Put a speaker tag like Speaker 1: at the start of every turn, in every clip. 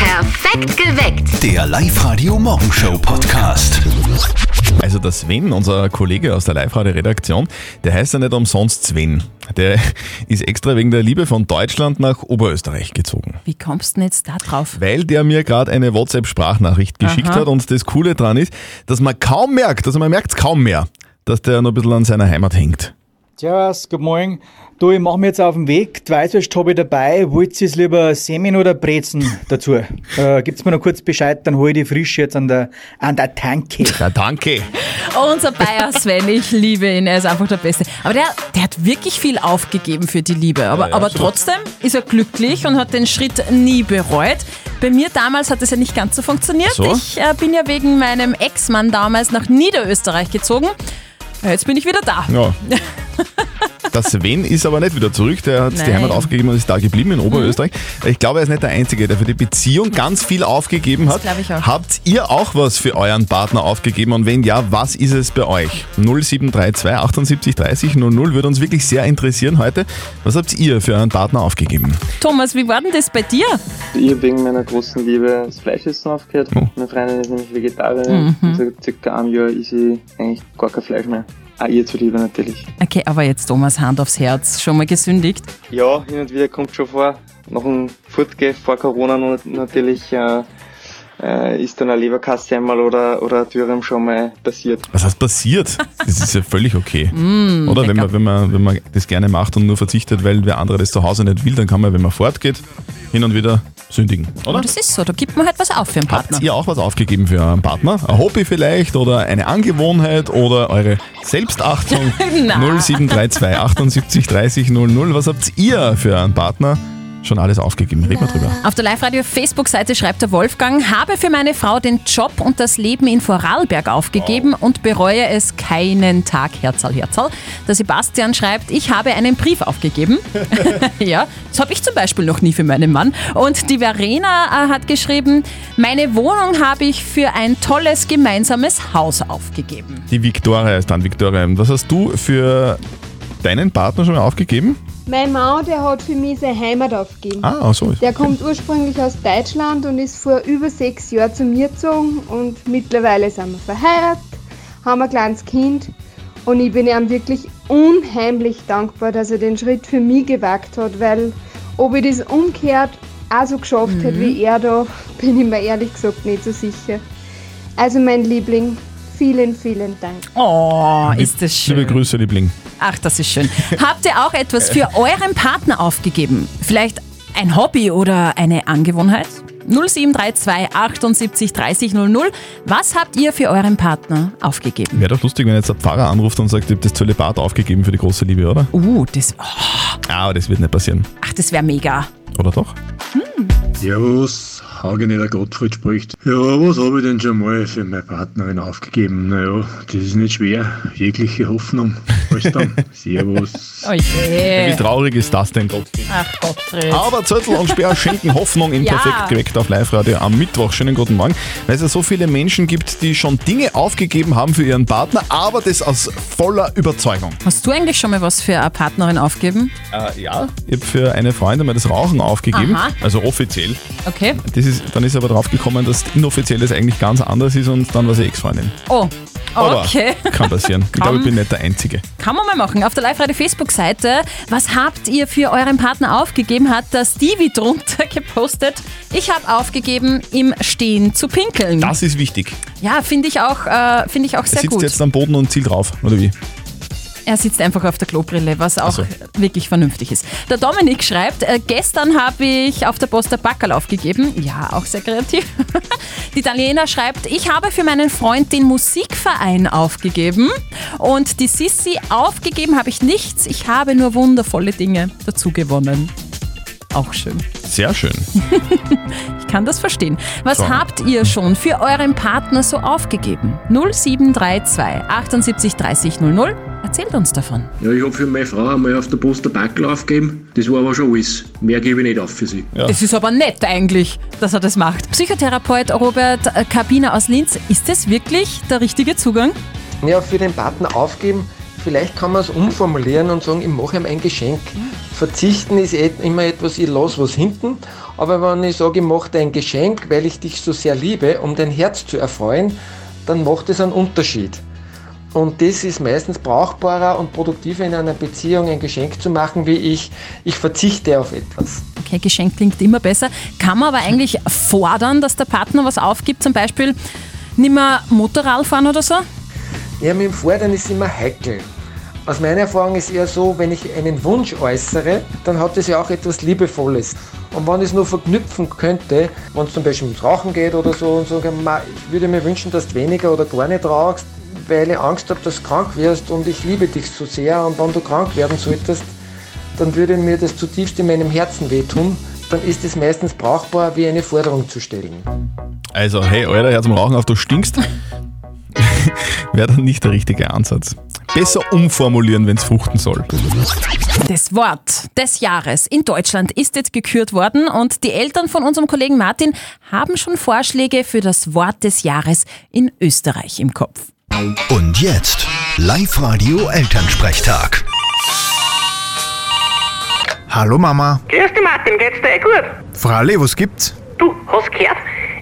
Speaker 1: Perfekt geweckt.
Speaker 2: Der Live-Radio Morgenshow Podcast.
Speaker 3: Also der Sven, unser Kollege aus der Live-Radio-Redaktion, der heißt ja nicht umsonst Sven. Der ist extra wegen der Liebe von Deutschland nach Oberösterreich gezogen.
Speaker 4: Wie kommst du denn jetzt da drauf?
Speaker 3: Weil der mir gerade eine WhatsApp-Sprachnachricht geschickt
Speaker 4: Aha.
Speaker 3: hat und das Coole dran ist, dass man kaum merkt, also man merkt es kaum mehr, dass der noch ein bisschen an seiner Heimat hängt.
Speaker 5: Servus, guten Morgen. Du, ich mache mich jetzt auf den Weg. Die Weißwurst habe ich dabei. Wollt ihr es lieber Semin oder Brezen dazu? Äh, gibt's mir noch kurz Bescheid, dann hole ich die frisch jetzt an der, an der Tanke.
Speaker 3: Ja, danke.
Speaker 4: Oh, Unser Bayer Sven, ich liebe ihn, er ist einfach der Beste. Aber der, der hat wirklich viel aufgegeben für die Liebe. Aber,
Speaker 3: Ja, ja,
Speaker 4: aber
Speaker 3: absolut.
Speaker 4: trotzdem ist er glücklich und hat den Schritt nie bereut. Bei mir damals hat es ja nicht ganz so funktioniert.
Speaker 3: So?
Speaker 4: Ich äh, bin ja wegen meinem Ex-Mann damals nach Niederösterreich gezogen. Ja, Jetzt bin ich wieder da.
Speaker 3: Ja. Der Sven ist aber nicht wieder zurück, der hat die
Speaker 4: Nein. Mhm.
Speaker 3: Heimat aufgegeben und ist da geblieben in Oberösterreich. Ich glaube, er ist nicht der Einzige, der für die Beziehung ganz viel aufgegeben hat.
Speaker 4: glaub ich auch.
Speaker 3: Habt ihr auch was für euren Partner aufgegeben und wenn ja, was ist es bei euch? 0732 78 30 00 würde uns wirklich sehr interessieren heute. Was habt ihr für euren Partner aufgegeben?
Speaker 4: Thomas, wie war denn das bei dir?
Speaker 6: ihr wegen meiner großen Liebe das Fleischessen aufgehört.
Speaker 3: Oh.
Speaker 6: Meine Freundin ist nämlich Vegetarierin und seit circa einem Jahr ist sie eigentlich gar kein Fleisch mehr. Auch ihr zuliebe natürlich.
Speaker 4: Okay, aber jetzt Thomas, Hand aufs Herz, schon mal gesündigt.
Speaker 6: Ja, hin und wieder kommt schon vor. Nach dem Furtgehen vor Corona nun- natürlich äh, äh, ist dann eine Leberkasse einmal oder, oder ein Dürrem schon mal passiert.
Speaker 3: Was heißt passiert? Das ist ja völlig okay.
Speaker 4: Mm,
Speaker 3: Oder wenn man, wenn, man, wenn man das gerne macht und nur verzichtet, weil wer andere das zu Hause nicht will, dann kann man, wenn man fortgeht, hin und wieder sündigen, oder?
Speaker 4: Aber das ist so, da gibt man halt was auf für einen Partner.
Speaker 3: Habt ihr auch was aufgegeben für euren Partner? Ein Hobby vielleicht oder eine Angewohnheit oder eure Selbstachtung?
Speaker 4: Na.
Speaker 3: 0732 78 30 00. Was habt ihr für euren Partner schon alles aufgegeben? Reden wir drüber.
Speaker 4: Auf der Live-Radio-Facebook-Seite schreibt der Wolfgang, habe für meine Frau den Job und das Leben in Vorarlberg aufgegeben und bereue es keinen Tag, Herzal, Herzal. Der Sebastian schreibt, ich habe einen Brief aufgegeben. ja, das habe ich zum Beispiel noch nie für meinen Mann. Und die Verena äh, hat geschrieben, meine Wohnung habe ich für ein tolles gemeinsames Haus aufgegeben.
Speaker 3: Die Viktoria ist dann. Viktoria, was hast du für deinen Partner schon mal aufgegeben?
Speaker 7: Mein Mann, der hat für mich seine Heimat aufgegeben.
Speaker 3: Ah, so.
Speaker 7: Der kommt ursprünglich aus Deutschland und ist vor über sechs Jahren zu mir gezogen und mittlerweile sind wir verheiratet, haben ein kleines Kind und ich bin ihm wirklich unheimlich dankbar, dass er den Schritt für mich gewagt hat, weil ob ich das umgekehrt auch so geschafft hätte wie er da, bin ich mir ehrlich gesagt nicht so sicher. Also mein Liebling, vielen, vielen Dank.
Speaker 4: Oh, ist das schön.
Speaker 3: Liebe Grüße, Liebling.
Speaker 4: Ach, das ist schön. Habt ihr auch etwas für euren Partner aufgegeben? Vielleicht ein Hobby oder eine Angewohnheit? 0732 78 30 00. Was habt ihr für euren Partner aufgegeben?
Speaker 3: Wäre doch lustig, wenn jetzt der Pfarrer anruft und sagt, ihr habt das Zölibat aufgegeben für die große Liebe, oder? Ah,
Speaker 4: Uh, das, oh,
Speaker 3: Aber das wird nicht passieren.
Speaker 4: ach, das wäre mega.
Speaker 3: Oder doch?
Speaker 8: Servus, Hagener der Gottfried spricht. Ja, was habe ich denn schon mal für meine Partnerin aufgegeben? Naja, das ist nicht schwer. Jegliche Hoffnung. Alles dann. Servus.
Speaker 4: Oh
Speaker 3: Wie
Speaker 4: je.
Speaker 3: traurig ist das denn, Gott?
Speaker 4: Ach, Gottfried.
Speaker 3: Aber Zettel und Speer schenken Hoffnung in
Speaker 4: Ja.
Speaker 3: Perfekt geweckt auf Live-Radio am Mittwoch. Schönen guten Morgen. Weil es ja so viele Menschen gibt, die schon Dinge aufgegeben haben für ihren Partner, aber das aus voller Überzeugung.
Speaker 4: Hast du eigentlich schon mal was für eine Partnerin aufgeben?
Speaker 3: ja. Ich habe für eine Freundin mal das Rauchen aufgegeben,
Speaker 4: Aha.
Speaker 3: also offiziell.
Speaker 4: Okay.
Speaker 3: Das ist, dann ist aber draufgekommen, dass inoffiziell das eigentlich ganz anders ist und dann war sie Ex-Freundin.
Speaker 4: Oh.
Speaker 3: Aber
Speaker 4: Okay.
Speaker 3: Kann passieren. Ich glaube, ich
Speaker 4: Komm.
Speaker 3: bin nicht der Einzige.
Speaker 4: Kann man mal machen. Auf der Live-Radio-Facebook-Seite, was habt ihr für euren Partner aufgegeben, hat das Stevie drunter gepostet. Ich habe aufgegeben, im Stehen zu pinkeln.
Speaker 3: Das ist wichtig.
Speaker 4: Ja, finde ich, auch, äh, finde ich auch
Speaker 3: Er
Speaker 4: sehr
Speaker 3: sitzt
Speaker 4: gut.
Speaker 3: jetzt am Boden und zielt drauf, oder wie?
Speaker 4: Er sitzt einfach auf der Klobrille, was auch
Speaker 3: so.
Speaker 4: wirklich vernünftig ist. Der Dominik schreibt, äh, gestern habe ich auf der Post der Backerl aufgegeben. Ja, auch sehr kreativ. Die Italiener schreibt, ich habe für meinen Freund den Musikverein aufgegeben. Und die Sissi, aufgegeben habe ich nichts. Ich habe nur wundervolle Dinge dazu gewonnen. Auch schön.
Speaker 3: Sehr schön.
Speaker 4: Ich kann das verstehen. Was
Speaker 3: So.
Speaker 4: habt ihr schon für euren Partner so aufgegeben? 0732 78 30 00. Erzählt uns davon.
Speaker 8: Ja, ich habe für meine Frau einmal auf der Post der Backel aufgegeben. Das war aber schon alles. Mehr gebe ich nicht auf für sie.
Speaker 4: Das ist aber nett eigentlich, dass er das macht. Psychotherapeut Robert Kabiner aus Linz, ist das wirklich der richtige Zugang?
Speaker 9: Ja, für den Partner aufgeben, vielleicht kann man es umformulieren und sagen, ich mache ihm ein Geschenk. Verzichten ist et- immer etwas, ich lasse was hinten, Aber wenn ich sage, ich mache dir ein Geschenk, weil ich dich so sehr liebe, um dein Herz zu erfreuen, dann macht es einen Unterschied. Und das ist meistens brauchbarer und produktiver in einer Beziehung, ein Geschenk zu machen, wie ich, ich verzichte auf etwas.
Speaker 4: Okay, Geschenk klingt immer besser. Kann man aber eigentlich fordern, dass der Partner was aufgibt, zum Beispiel nimmer Motorrad fahren oder so?
Speaker 9: Ja, mit dem Fordern ist immer heikel. Aus meiner Erfahrung ist eher so, wenn ich einen Wunsch äußere, dann hat es ja auch etwas Liebevolles. Und wenn ich es nur verknüpfen könnte, wenn es zum Beispiel ums Rauchen geht oder so und so, ich würde mir wünschen, dass du weniger oder gar nicht rauchst, weil ich Angst habe, dass du krank wirst und ich liebe dich so sehr und wenn du krank werden solltest, dann würde mir das zutiefst in meinem Herzen wehtun, dann ist es meistens brauchbar, wie eine Forderung zu stellen.
Speaker 3: Also, hey, Alter, hör zum Rauchen auf, du stinkst. Wäre dann nicht der richtige Ansatz. Besser umformulieren, wenn es fruchten soll.
Speaker 4: Das Wort des Jahres in Deutschland ist jetzt gekürt worden und die Eltern von unserem Kollegen Martin haben schon Vorschläge für das Wort des Jahres in Österreich im Kopf.
Speaker 2: Und jetzt Live-Radio Elternsprechtag.
Speaker 1: Hallo Mama.
Speaker 10: Grüß dich Martin, geht's dir eh gut?
Speaker 1: Fralli, was gibt's?
Speaker 10: Du, hast gehört?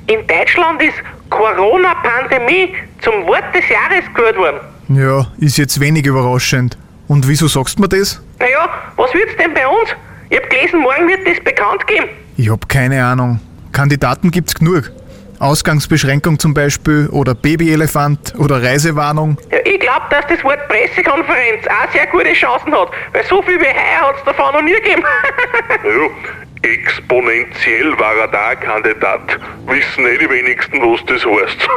Speaker 10: In Deutschland ist Corona-Pandemie zum Wort des Jahres gehört worden.
Speaker 1: Ja, ist jetzt wenig überraschend. Und wieso sagst du mir das?
Speaker 10: Naja, was wird's denn bei uns? Ich hab gelesen, morgen wird das bekannt geben.
Speaker 1: Ich hab keine Ahnung. Kandidaten gibt's genug. Ausgangsbeschränkung zum Beispiel oder Babyelefant oder Reisewarnung.
Speaker 10: Ja, ich glaube, dass das Wort Pressekonferenz auch sehr gute Chancen hat, weil so viel wie heuer hat's davon noch nie gegeben.
Speaker 11: Ja, exponentiell war er da ein Kandidat. Wissen eh die wenigsten, was das heißt.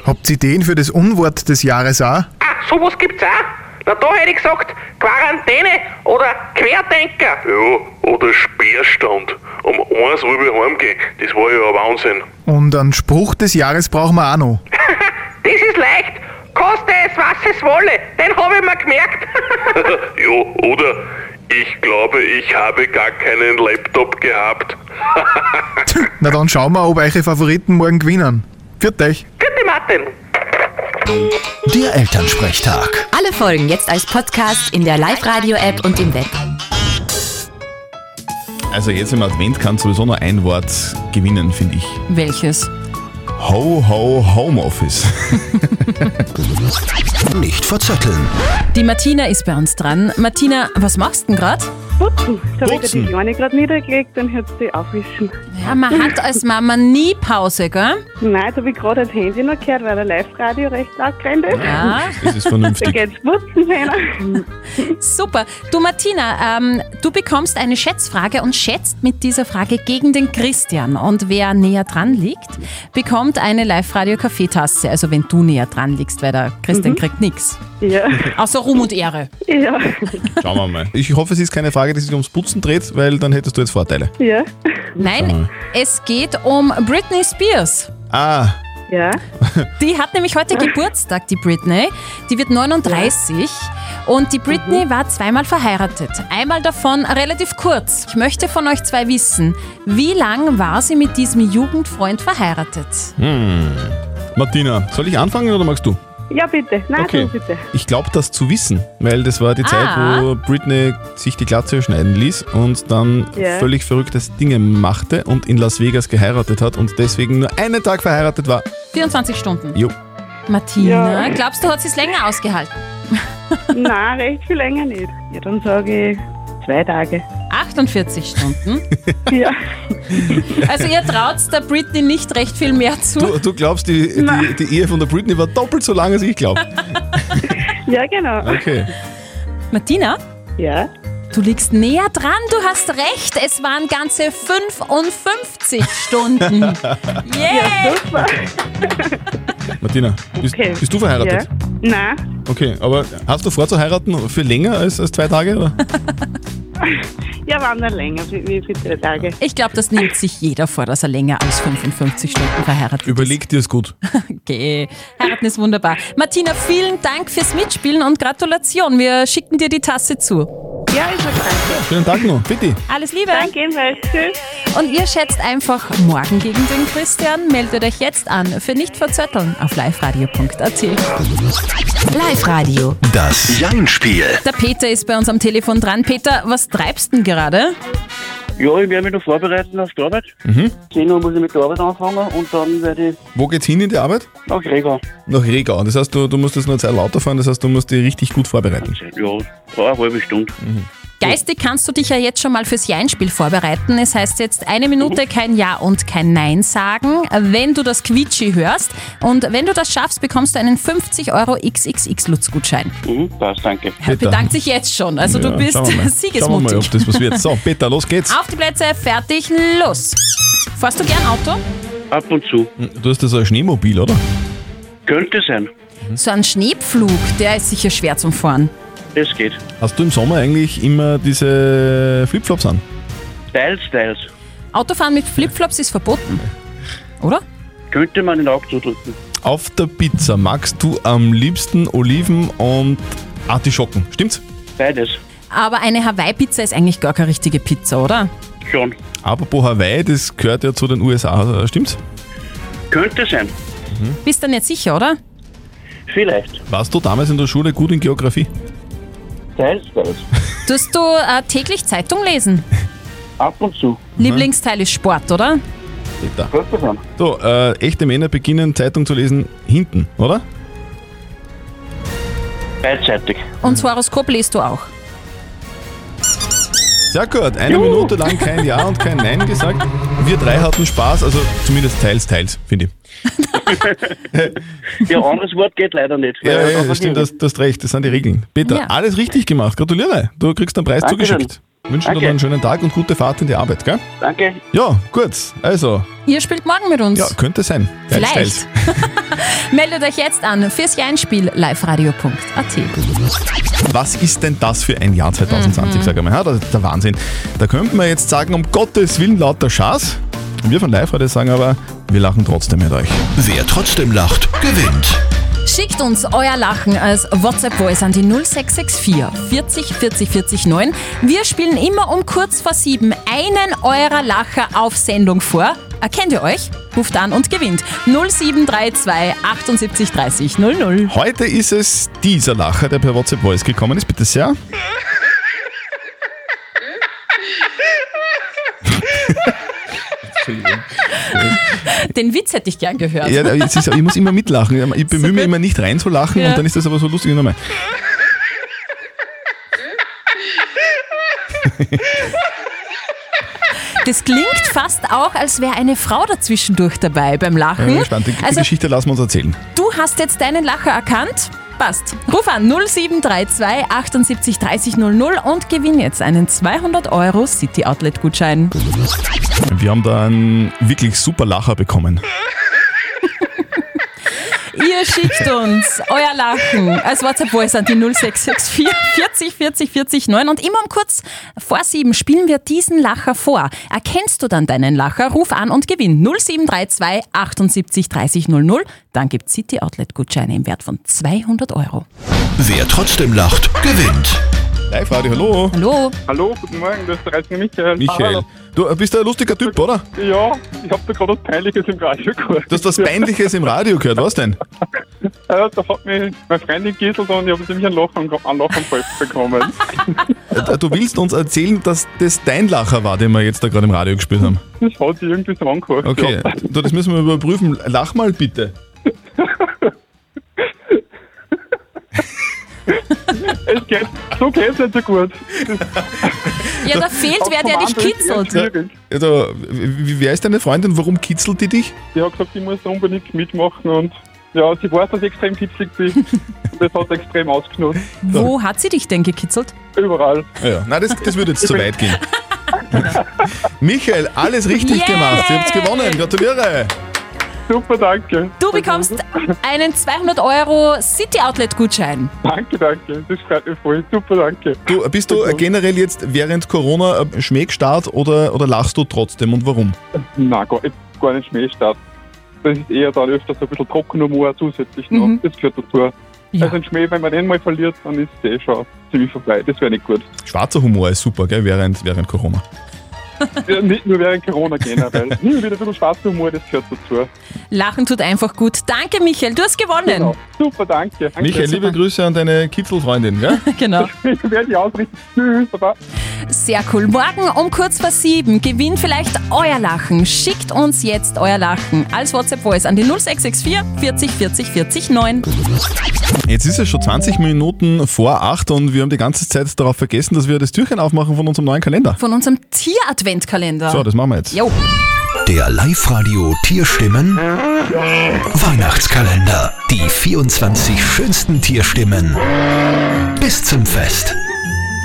Speaker 1: Habt ihr Ideen für das Unwort des Jahres auch?
Speaker 10: ah, sowas gibt's auch. Na, da hätte ich gesagt, Quarantäne oder Querdenker.
Speaker 11: ja, oder Speerstand. Um eins will ich heimgehen. Das war ja ein Wahnsinn.
Speaker 1: Und einen Spruch des Jahres brauchen wir auch noch.
Speaker 10: Das ist leicht. Koste es, was es wolle. Den habe ich mir gemerkt.
Speaker 11: Ja, oder ich glaube, ich habe gar keinen Laptop gehabt.
Speaker 1: Na dann schauen wir, ob eure Favoriten morgen gewinnen. Viert euch.
Speaker 10: Gute Martin.
Speaker 2: Der Elternsprechtag.
Speaker 12: Alle Folgen jetzt als Podcast in der Live-Radio-App und im Web.
Speaker 3: Also, jetzt im Advent kann sowieso nur ein Wort gewinnen, finde ich.
Speaker 4: Welches?
Speaker 3: Ho, ho, Homeoffice.
Speaker 2: Nicht verzetteln.
Speaker 4: Die Martina ist bei uns dran. Martina, was machst denn gerade?
Speaker 13: Putzen. Da habe ich
Speaker 3: Putzen.
Speaker 13: die Kleine gerade niedergelegt und habe sie aufwischen.
Speaker 4: Ja, man hat als Mama nie Pause, gell?
Speaker 13: Nein, jetzt habe ich gerade das Handy noch gehört, weil der Live-Radio recht laut gerannt ist.
Speaker 4: Ja.
Speaker 3: Das ist
Speaker 13: Da
Speaker 3: vernünftig.
Speaker 13: geht's putzen, Hena.
Speaker 4: Super. Du Martina, ähm, du bekommst eine Schätzfrage und schätzt mit dieser Frage gegen den Christian. Und wer näher dran liegt, bekommt eine Live-Radio-Kaffeetasse. Also wenn du näher dran liegst, weil der Christian kriegt nichts.
Speaker 13: Ja,
Speaker 4: Mhm. Außer Ruhm und Ehre.
Speaker 13: ja,
Speaker 3: Schauen wir mal. Ich hoffe, es ist keine Frage, die sich ums Putzen dreht, weil dann hättest du jetzt Vorteile.
Speaker 13: ja,
Speaker 4: Nein, es geht um Britney Spears.
Speaker 3: Ah,
Speaker 13: ja.
Speaker 4: Die hat nämlich heute Geburtstag, die Britney. Die wird 39. Und die
Speaker 3: Mhm.
Speaker 4: Britney war zweimal verheiratet. Einmal davon relativ kurz. Ich möchte von euch zwei wissen, wie lang war sie mit diesem Jugendfreund verheiratet?
Speaker 3: Hm. Martina, soll ich anfangen oder magst du?
Speaker 13: Ja, bitte. Nein,
Speaker 3: Okay.
Speaker 13: du bitte.
Speaker 3: Ich glaube, das zu wissen, weil das war die Zeit, wo Britney sich die Glatze schneiden ließ und dann
Speaker 13: Ja.
Speaker 3: völlig verrücktes Dinge machte und in Las Vegas geheiratet hat und deswegen nur einen Tag verheiratet war.
Speaker 4: 24 Stunden.
Speaker 3: Jo.
Speaker 4: Martina,
Speaker 13: Ja.
Speaker 4: glaubst du, hat sie es länger ausgehalten?
Speaker 13: Nein, recht viel länger nicht. Ja, dann sage ich zwei Tage.
Speaker 4: 48 Stunden.
Speaker 13: Ja,
Speaker 4: Also ihr traut der Britney nicht recht viel mehr zu.
Speaker 3: Du, du glaubst, die, die,
Speaker 13: Nein.
Speaker 3: die Ehe von der Britney war doppelt so lang, als ich glaube.
Speaker 13: ja genau.
Speaker 3: Okay.
Speaker 4: Martina?
Speaker 13: Ja,
Speaker 4: Du liegst näher dran, du hast recht. Es waren ganze 55 Stunden. Yeah!
Speaker 13: super.
Speaker 3: Martina, bist,
Speaker 13: Okay.
Speaker 3: bist du
Speaker 13: Ja.
Speaker 3: verheiratet?
Speaker 13: Nein,
Speaker 3: Okay, aber hast du vor zu heiraten für länger als, als zwei Tage? Oder?
Speaker 13: ja, waren dann länger, wie, wie für drei Tage.
Speaker 4: Ich glaube, das nimmt sich jeder vor, dass er länger als 55 Stunden verheiratet
Speaker 3: Überleg dir es gut.
Speaker 4: ist. Okay, heiraten ist wunderbar. Martina, vielen Dank fürs Mitspielen und Gratulation. Wir schicken dir die Tasse zu.
Speaker 13: Ja, ich sage danke.
Speaker 3: Schönen Tag noch, bitte.
Speaker 4: Alles Liebe.
Speaker 13: Danke, ebenfalls. Tschüss.
Speaker 4: Und ihr schätzt einfach morgen gegen den Christian. Meldet euch jetzt an für nicht verzötteln auf liveradio.at.
Speaker 12: Live-Radio.
Speaker 2: Das Jein-Spiel.
Speaker 4: Der Peter ist bei uns am Telefon dran. Peter, was treibst denn gerade?
Speaker 14: Ja, ich werde mich noch vorbereiten auf die Arbeit.
Speaker 3: Mhm.
Speaker 14: 10 Uhr muss ich mit der Arbeit anfangen und dann werde ich
Speaker 3: Wo geht's hin in die Arbeit?
Speaker 14: nach Gregor.
Speaker 3: Nach Regau. Das heißt, du, du musst jetzt nur zwei lauter fahren, das heißt, du musst dich richtig gut vorbereiten.
Speaker 14: Ja, brauche eine halbe Stunde.
Speaker 4: Geistig kannst du dich ja jetzt schon mal fürs Jein-Spiel vorbereiten. Es heißt jetzt eine Minute kein Ja und kein Nein sagen, wenn du das Quietschi hörst. Und wenn du das schaffst, bekommst du einen 50 Euro XXX-Lutz-Gutschein.
Speaker 14: Mhm, passt, danke.
Speaker 4: Er bedankt sich jetzt schon. Also du bist
Speaker 3: schauen wir mal. Schauen wir mal,
Speaker 4: siegesmutig.
Speaker 3: ob das was wird. So, Peter, los geht's.
Speaker 4: Auf die Plätze, fertig, los. Fährst du gern Auto?
Speaker 14: Ab und zu.
Speaker 3: Du hast das ein Schneemobil, oder?
Speaker 14: Könnte sein.
Speaker 3: Hm?
Speaker 4: So ein Schneepflug, der ist sicher schwer zum Fahren.
Speaker 14: Das geht.
Speaker 3: Hast du im Sommer eigentlich immer diese Flipflops an?
Speaker 14: Teils, teils.
Speaker 4: Autofahren mit Flipflops ist verboten. Oder?
Speaker 14: Könnte man in Auge zudrücken.
Speaker 3: Auf der Pizza magst du am liebsten Oliven und Artischocken, stimmt's?
Speaker 14: Beides.
Speaker 4: Aber eine Hawaii-Pizza ist eigentlich gar keine richtige Pizza, oder?
Speaker 14: Schon.
Speaker 3: Apropos Hawaii, das gehört ja zu den USA, äh, stimmt's?
Speaker 14: Könnte sein.
Speaker 4: Bist du nicht sicher, oder?
Speaker 14: Vielleicht.
Speaker 3: Warst du damals in der Schule gut in Geografie?
Speaker 14: Teils, teils.
Speaker 4: Tust du äh, täglich Zeitung lesen?
Speaker 14: Ab und zu.
Speaker 3: Mhm.
Speaker 4: Lieblingsteil ist Sport, oder?
Speaker 3: Peter. So, äh, echte Männer beginnen Zeitung zu lesen hinten, oder?
Speaker 14: Beidseitig.
Speaker 3: Mhm.
Speaker 4: Und das Horoskop lest du auch.
Speaker 3: Sehr gut, eine
Speaker 4: Juhu.
Speaker 3: Minute lang kein Ja und kein Nein gesagt. Wir drei hatten Spaß, also zumindest teils, teils, finde ich.
Speaker 14: Ja, anderes Wort geht leider nicht. weil
Speaker 3: Ja, ja,
Speaker 14: einfach
Speaker 3: stimmt,
Speaker 14: nicht.
Speaker 3: das, das ist recht, das sind die Regeln. Peter,
Speaker 14: Ja.
Speaker 3: alles richtig gemacht, gratuliere. Du kriegst einen Preis
Speaker 14: Dankeschön.
Speaker 3: zugeschickt. Wünschen dir
Speaker 14: Danke.
Speaker 3: noch einen schönen Tag und gute Fahrt in die Arbeit, gell?
Speaker 14: Danke.
Speaker 3: Ja, gut, also,
Speaker 4: Ihr spielt morgen mit uns.
Speaker 3: ja, könnte sein. Teils,
Speaker 4: Vielleicht.
Speaker 3: teils.
Speaker 4: Meldet euch jetzt an fürs Jeinspiel liveradio.at.
Speaker 3: Was ist denn das für ein Jahr 2020, sag ich mal? Ja, das ist der Wahnsinn. Da könnten wir jetzt sagen, um Gottes Willen lauter Schaß. Wir von Live heute sagen aber, wir lachen trotzdem mit euch.
Speaker 2: Wer trotzdem lacht, gewinnt.
Speaker 4: Schickt uns euer Lachen als WhatsApp-Voice an die 0664 40 40 40 9. Wir spielen immer um kurz vor sieben einen eurer Lacher auf Sendung vor. Erkennt ihr euch? Ruft an und gewinnt. 0732 78 30 00.
Speaker 3: Heute ist es dieser Lacher, der per WhatsApp Voice gekommen ist. Bitte sehr.
Speaker 4: Den Witz hätte ich gern gehört.
Speaker 3: Ja, da- jetzt ist, ich muss immer mitlachen. Ich bemühe mich immer nicht reinzulachen
Speaker 4: Ja.
Speaker 3: und dann ist das aber so lustig. Nochmal.
Speaker 4: Das klingt fast auch, als wäre eine Frau dazwischendurch dabei beim Lachen.
Speaker 3: Ja, spannend. Die, die
Speaker 4: also
Speaker 3: Geschichte lassen wir uns erzählen.
Speaker 4: Du hast jetzt deinen Lacher erkannt? Passt. Ruf an 0732 78 30 00 und gewinn jetzt einen 200 Euro City Outlet Gutschein.
Speaker 3: Wir haben da einen wirklich super Lacher bekommen.
Speaker 4: Ihr schickt uns euer Lachen als WhatsApp Voice an die 0664 40 40 40 9 und immer um kurz vor sieben spielen wir diesen Lacher vor. Erkennst du dann deinen Lacher? Ruf an und gewinn 0732 78 30 00. Dann gibt City Outlet Gutscheine im Wert von 200 Euro.
Speaker 2: Wer trotzdem lacht, gewinnt.
Speaker 3: Live Radio, hallo.
Speaker 4: Hallo.
Speaker 15: Hallo, guten Morgen, das ist der Reisende Michael.
Speaker 3: Michael. Du bist ein lustiger Typ, oder?
Speaker 15: Hallo. Ja, ich habe da gerade was Peinliches im Radio gehört.
Speaker 3: Du hast was Peinliches im Radio gehört, was denn?
Speaker 15: Äh, da hat mich meine Freundin Gisel und ich habe ziemlich einen Lachanfall einen Lachanfall bekommen.
Speaker 3: Äh, Du willst uns erzählen, dass das dein Lacher war, den wir jetzt da gerade im Radio gespielt haben.
Speaker 15: Das hat sich irgendwie so angehört.
Speaker 3: Okay,
Speaker 15: Ja.
Speaker 3: du, das müssen wir überprüfen. Lach mal bitte.
Speaker 15: Es geht, so geht's nicht so gut.
Speaker 4: Ja, da fehlt wer, der dich kitzelt.
Speaker 3: Also, w- w- wer ist deine Freundin? Warum kitzelt die dich?
Speaker 15: Die hat gesagt, ich muss da unbedingt mitmachen und ja, sie weiß, dass ich extrem kitzlig bin. und das hat extrem ausgenutzt.
Speaker 4: Wo hat sie dich denn gekitzelt?
Speaker 15: Überall.
Speaker 3: Ja, ja. Nein, das, das würde jetzt zu weit gehen. Michael, alles richtig
Speaker 4: Yay!
Speaker 3: gemacht. Ihr habt gewonnen. Gratuliere.
Speaker 15: Super, danke.
Speaker 4: Du bekommst einen 200 Euro City Outlet Gutschein.
Speaker 15: Danke, danke. Das freut mich voll. Super, danke.
Speaker 3: Du, bist du äh, generell jetzt während Corona äh, Schmähgestart oder, oder lachst du trotzdem und warum?
Speaker 15: Nein, gar, gar nicht Schmähstart. Das ist eher dann öfter so ein bisschen Trockenhumor zusätzlich noch.
Speaker 3: Mhm.
Speaker 15: Das gehört dazu. Also ein Schmäh, wenn man den mal verliert, dann ist es eh schon ziemlich vorbei. Das wäre nicht gut.
Speaker 3: Schwarzer Humor ist super, gell, während, während Corona.
Speaker 15: Ja, nicht nur während Corona generell. Hin und wieder ein bisschen Spaß und Humor, das gehört
Speaker 3: Genau.
Speaker 15: dazu.
Speaker 4: Lachen tut einfach gut. Danke, Michael, du hast gewonnen.
Speaker 15: Genau. Super, danke. danke.
Speaker 3: Michael, liebe Grüße an deine Kitzelfreundin, gell?
Speaker 4: genau.
Speaker 15: Ich werde die ausrichten. Tschüss, Baba.
Speaker 4: Sehr cool. Morgen um kurz vor sieben gewinnt vielleicht euer Lachen. Schickt uns jetzt euer Lachen als WhatsApp-Voice an die 0664 40 40 40 9.
Speaker 3: Jetzt ist es schon 20 Minuten vor acht und wir haben die ganze Zeit darauf vergessen, dass wir das Türchen aufmachen von unserem neuen Kalender.
Speaker 4: Von unserem Tier-Adventkalender.
Speaker 3: So, das machen wir jetzt.
Speaker 4: Jo.
Speaker 2: Der Live-Radio Tierstimmen Weihnachtskalender. Die 24 schönsten Tierstimmen. Bis zum Fest.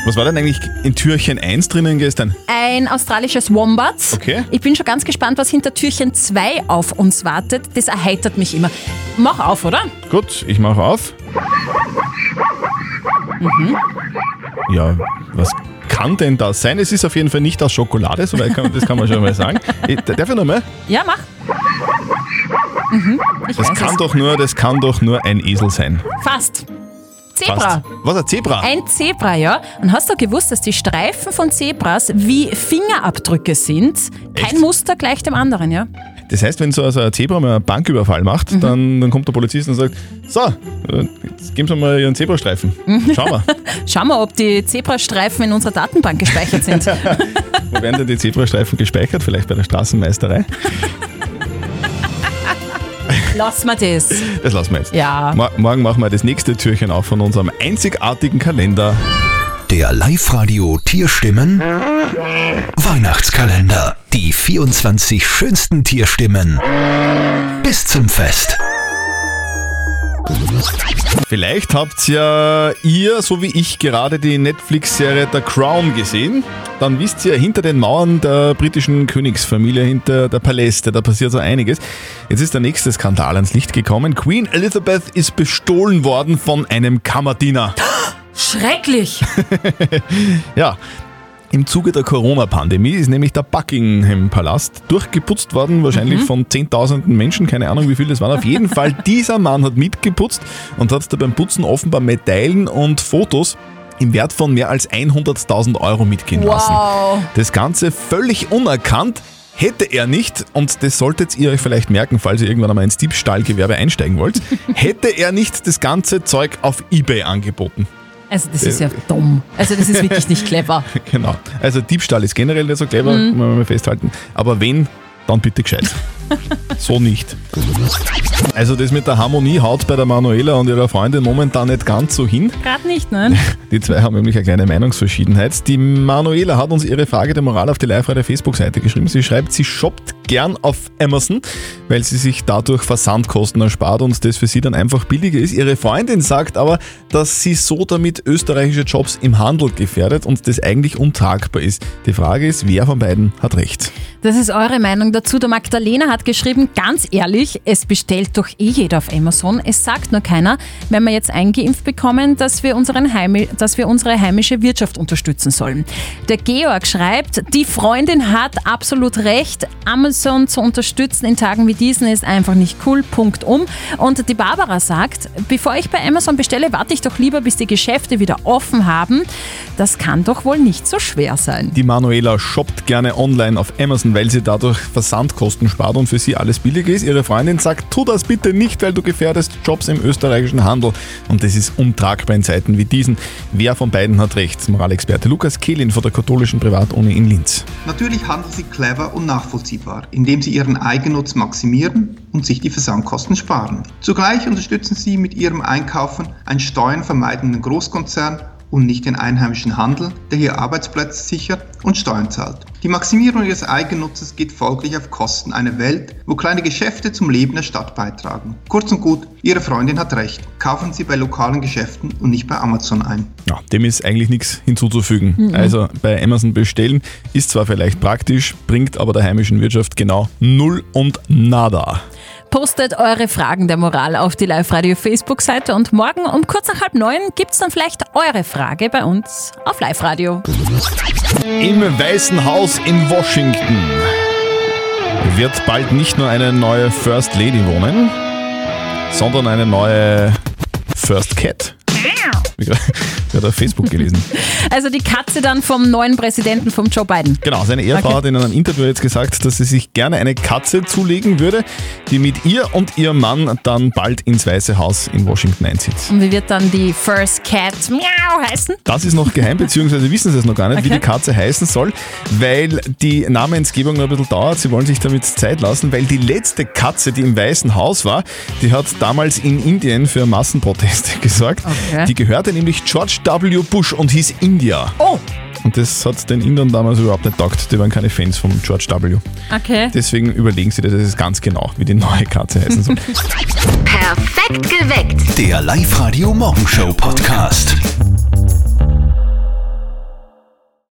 Speaker 3: Was war denn eigentlich in Türchen 1 drinnen gestern?
Speaker 4: Ein australisches Wombat.
Speaker 3: Okay.
Speaker 4: Ich bin schon ganz gespannt, was hinter Türchen 2 auf uns wartet. Das erheitert mich immer. Mach auf, oder?
Speaker 3: Gut, ich mache auf.
Speaker 4: Mhm.
Speaker 3: Ja, was kann denn das sein? Es ist auf jeden Fall nicht aus Schokolade, soweit kann, das kann man schon mal sagen. Ich, darf ich nochmal?
Speaker 4: Ja, mach. Mhm. Ich
Speaker 3: Das
Speaker 4: weiß
Speaker 3: kann
Speaker 4: es.
Speaker 3: doch nur, das kann doch nur ein Esel sein.
Speaker 4: Fast. Zebra.
Speaker 3: Passt. Was, ein Zebra?
Speaker 4: Ein Zebra, ja. Und hast du gewusst, dass die Streifen von Zebras wie Fingerabdrücke sind? Kein Muster gleich dem anderen, ja.
Speaker 3: Das heißt, wenn so also ein Zebra mal einen Banküberfall macht,
Speaker 4: Mhm.
Speaker 3: dann, dann kommt der Polizist und sagt, so, äh, jetzt geben Sie mal Ihren Zebrastreifen.
Speaker 4: Mhm.
Speaker 3: Schauen wir.
Speaker 4: Schauen wir, ob die Zebrastreifen in unserer Datenbank gespeichert sind.
Speaker 3: Wo werden denn die Zebrastreifen gespeichert? Vielleicht bei der Straßenmeisterei?
Speaker 4: Lass mal das.
Speaker 3: Das lassen wir jetzt.
Speaker 4: Ja.
Speaker 3: Mo- morgen machen wir das nächste Türchen auf von unserem einzigartigen Kalender.
Speaker 2: Der Live-Radio Tierstimmen Weihnachtskalender. Die 24 schönsten Tierstimmen. Bis zum Fest.
Speaker 3: Vielleicht habt ja ihr, so wie ich, gerade die Netflix-Serie The Crown gesehen. Dann wisst ihr, hinter den Mauern der britischen Königsfamilie, hinter der Paläste, da passiert so einiges. Jetzt ist der nächste Skandal ans Licht gekommen. Queen Elizabeth ist bestohlen worden von einem Kammerdiener.
Speaker 4: Schrecklich.
Speaker 3: Ja. Im Zuge der Corona-Pandemie ist nämlich der Buckingham-Palast durchgeputzt worden, wahrscheinlich von Zehntausenden Menschen, keine Ahnung wie viele das waren. Auf jeden Fall, dieser Mann hat mitgeputzt und hat da beim Putzen offenbar Medaillen und Fotos im Wert von mehr als 100.000 Euro mitgehen lassen.
Speaker 4: Wow.
Speaker 3: Das Ganze völlig unerkannt hätte er nicht, und das solltet ihr euch vielleicht merken, falls ihr irgendwann einmal ins Diebstahlgewerbe einsteigen wollt, hätte er nicht das ganze Zeug auf Ebay angeboten.
Speaker 4: Also das ist ja dumm. Also das ist wirklich nicht clever.
Speaker 3: Genau. Also Diebstahl ist generell nicht so clever,
Speaker 4: Mhm.
Speaker 3: wenn wir mal festhalten. Aber wenn, dann bitte gescheit. so nicht. Also das mit der Harmonie haut bei der Manuela und ihrer Freundin momentan nicht ganz so hin.
Speaker 4: Gerade nicht, ne? nein.
Speaker 3: Die zwei haben nämlich eine kleine Meinungsverschiedenheit. Die Manuela hat uns ihre Frage der Moral auf die live der Facebook-Seite geschrieben. Sie schreibt, sie shoppt gern auf Amazon, weil sie sich dadurch Versandkosten erspart und das für sie dann einfach billiger ist. Ihre Freundin sagt aber, dass sie so damit österreichische Jobs im Handel gefährdet und das eigentlich untragbar ist. Die Frage ist, wer von beiden hat recht?
Speaker 4: Das ist eure Meinung dazu. Der Magdalena hat geschrieben, ganz ehrlich, es bestellt doch eh jeder auf Amazon. Es sagt nur keiner, wenn wir jetzt eingeimpft bekommen, dass wir, unseren Heimi dass wir unsere heimische Wirtschaft unterstützen sollen. Der Georg schreibt, die Freundin hat absolut recht. Amazon zu unterstützen in Tagen wie diesen ist einfach nicht cool. Punkt um. Und die Barbara sagt, bevor ich bei Amazon bestelle, warte ich doch lieber, bis die Geschäfte wieder offen haben. Das kann doch wohl nicht so schwer sein.
Speaker 3: Die Manuela shoppt gerne online auf Amazon, weil sie dadurch Versandkosten spart und für sie alles billiger ist. Ihre Freundin sagt, tu das bitte nicht, weil du gefährdest Jobs im österreichischen Handel. Und das ist untragbar in Zeiten wie diesen. Wer von beiden hat recht? Moralexperte Lukas Kehlin von der katholischen Privatuni in Linz.
Speaker 16: Natürlich handeln sie clever und nachvollziehbar, indem sie ihren Eigennutz maximieren und sich die Versandkosten sparen. Zugleich unterstützen sie mit ihrem Einkaufen einen steuernvermeidenden Großkonzern und nicht den einheimischen Handel, der hier Arbeitsplätze sichert und Steuern zahlt. Die Maximierung ihres Eigennutzes geht folglich auf Kosten einer Welt, wo kleine Geschäfte zum Leben der Stadt beitragen. Kurz und gut, Ihre Freundin hat recht. Kaufen Sie bei lokalen Geschäften und nicht bei Amazon ein.
Speaker 3: Ja, dem ist eigentlich nichts hinzuzufügen.
Speaker 16: Mhm.
Speaker 3: Also bei Amazon bestellen ist zwar vielleicht praktisch, bringt aber der heimischen Wirtschaft genau null und nada.
Speaker 4: Postet eure Fragen der Moral auf die Live-Radio Facebook-Seite und morgen um kurz nach halb neun gibt's dann vielleicht eure Frage bei uns auf Live-Radio.
Speaker 3: Im Weißen Haus in Washington wird bald nicht nur eine neue First Lady wohnen, sondern eine neue First Cat. Der hat auf Facebook gelesen.
Speaker 4: Also die Katze dann vom neuen Präsidenten, vom Joe Biden.
Speaker 3: Genau, seine Ehefrau hat in einem Interview jetzt gesagt, dass sie sich gerne eine Katze zulegen würde, die mit ihr und ihrem Mann dann bald ins Weiße Haus in Washington einzieht.
Speaker 4: Und wie wird dann die First Cat Miau heißen?
Speaker 3: Das ist noch geheim, beziehungsweise wissen sie es noch gar nicht, wie
Speaker 4: Okay.
Speaker 3: die Katze heißen soll, weil die Namensgebung noch ein bisschen dauert. Sie wollen sich damit Zeit lassen, weil die letzte Katze, die im Weißen Haus war, die hat damals in Indien für Massenproteste gesorgt.
Speaker 4: Okay.
Speaker 3: Die gehörte nämlich George W. Bush und hieß India.
Speaker 4: Oh!
Speaker 3: Und das hat den Indern damals überhaupt nicht taugt. Die waren keine Fans von George W.
Speaker 4: Okay.
Speaker 3: Deswegen überlegen sie das jetzt ganz genau, wie die neue Katze heißen soll.
Speaker 12: Perfekt geweckt.
Speaker 2: Der Live-Radio Morgenshow Podcast.